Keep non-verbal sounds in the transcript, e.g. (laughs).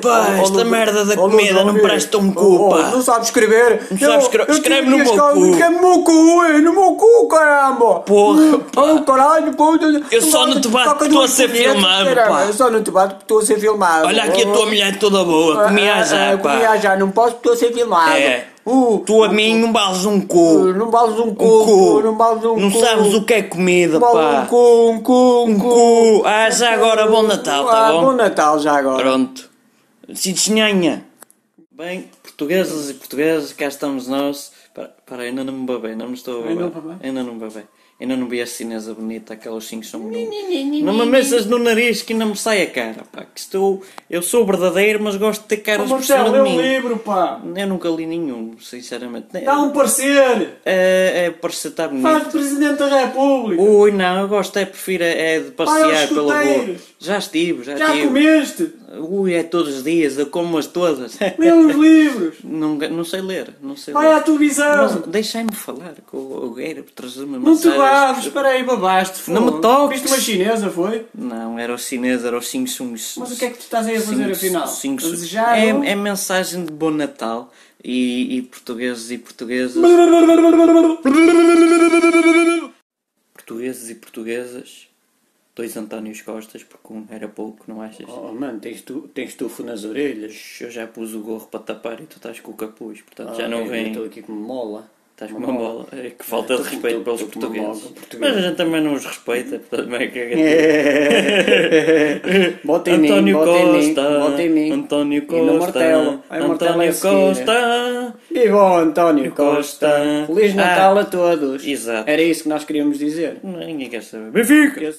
pá, Oh, esta Luís, merda da oh, Luís, comida oh, não Luís. presta um Oh, cu, oh, pá. Não sabes escrever? Não sabes escre- escreve no meu cu. Escreve no é meu cu, eh, no meu cu, caramba. Porra, Hum, Oh, caralho, puta. Eu só não te bato Toca porque estou a duas ser punhetas, filmado, caramba. pá. Eu só não te bato porque estou a ser filmado. Olha aqui a Oh, tua mulher toda boa, ah, comia ah, ah, já, Comia pá. já, não posso porque estou a ser filmado. É. Uh, Tu a mim não bales um uh, cu. Não vales um Um cu, cu. não vales um cu. Não sabes o que é comida, Vale um pá. cu, um cu, um Um cu. cu. Ah, já agora, bom Natal, Ah, tá Bom bom? Natal já agora. Pronto. Cidinhanha. Bem, portuguesas e portugueses, cá estamos nós. Para, para, ainda não me babei, não me estou a Ainda não babar. babei? Ainda não me babei. Ainda não vi a chinesa bonita, aquelas cinco são bonitas. Não me mexas no nariz que ainda me sai a cara, pá. Que estou... Eu sou verdadeiro, mas gosto de ter caras por cima de mim. um livro, pá. Eu nunca li nenhum, sinceramente. É Então- um parecer. É, é parece estar bonito. Presidente da República. Ui, não, eu gosto, é, prefiro é de passear pela rua. escuteiros. Já estive, já, estive. comeste? Ui, é todos os dias, eu como-as todas. (laughs) os livros. não, não sei ler, não sei é ler. televisão. Mas deixai-me falar com o Algueiro, trazer-me espera aí, babaste. Não me fogo. toques. chinesa, foi? Não, era o chinês, era o Xing Xung. Mas o que é que tu estás aí a fazer, Xing- afinal? Xing- A desejar é, um- é mensagem de bom Natal e, e portugueses e portuguesas. portugueses e portuguesas, dois Antónios Costas, porque um era pouco, não achas? Oh, mano, tens, tu, tens tufo nas orelhas. Eu já pus o gorro para tapar e tu estás com o capuz, portanto já não Ah, Eu vem. Estou aqui com mola. Estás com uma bola. É que falta de tô- respeito tô- pelos tô com uma portugueses. bola, Mas portugueses. a gente também não os respeita, portanto é vai cagar. (laughs) Bota em mim, António bota em mim, Costa, bota em mim. António E no martelo. Costa, Ai, o martelo é António a seguir, né? Costa. E bom, António Costa. Costa. Feliz Ah, Natal a todos. exato. Era isso que nós queríamos dizer. Ninguém quer saber. Benfica! Esse-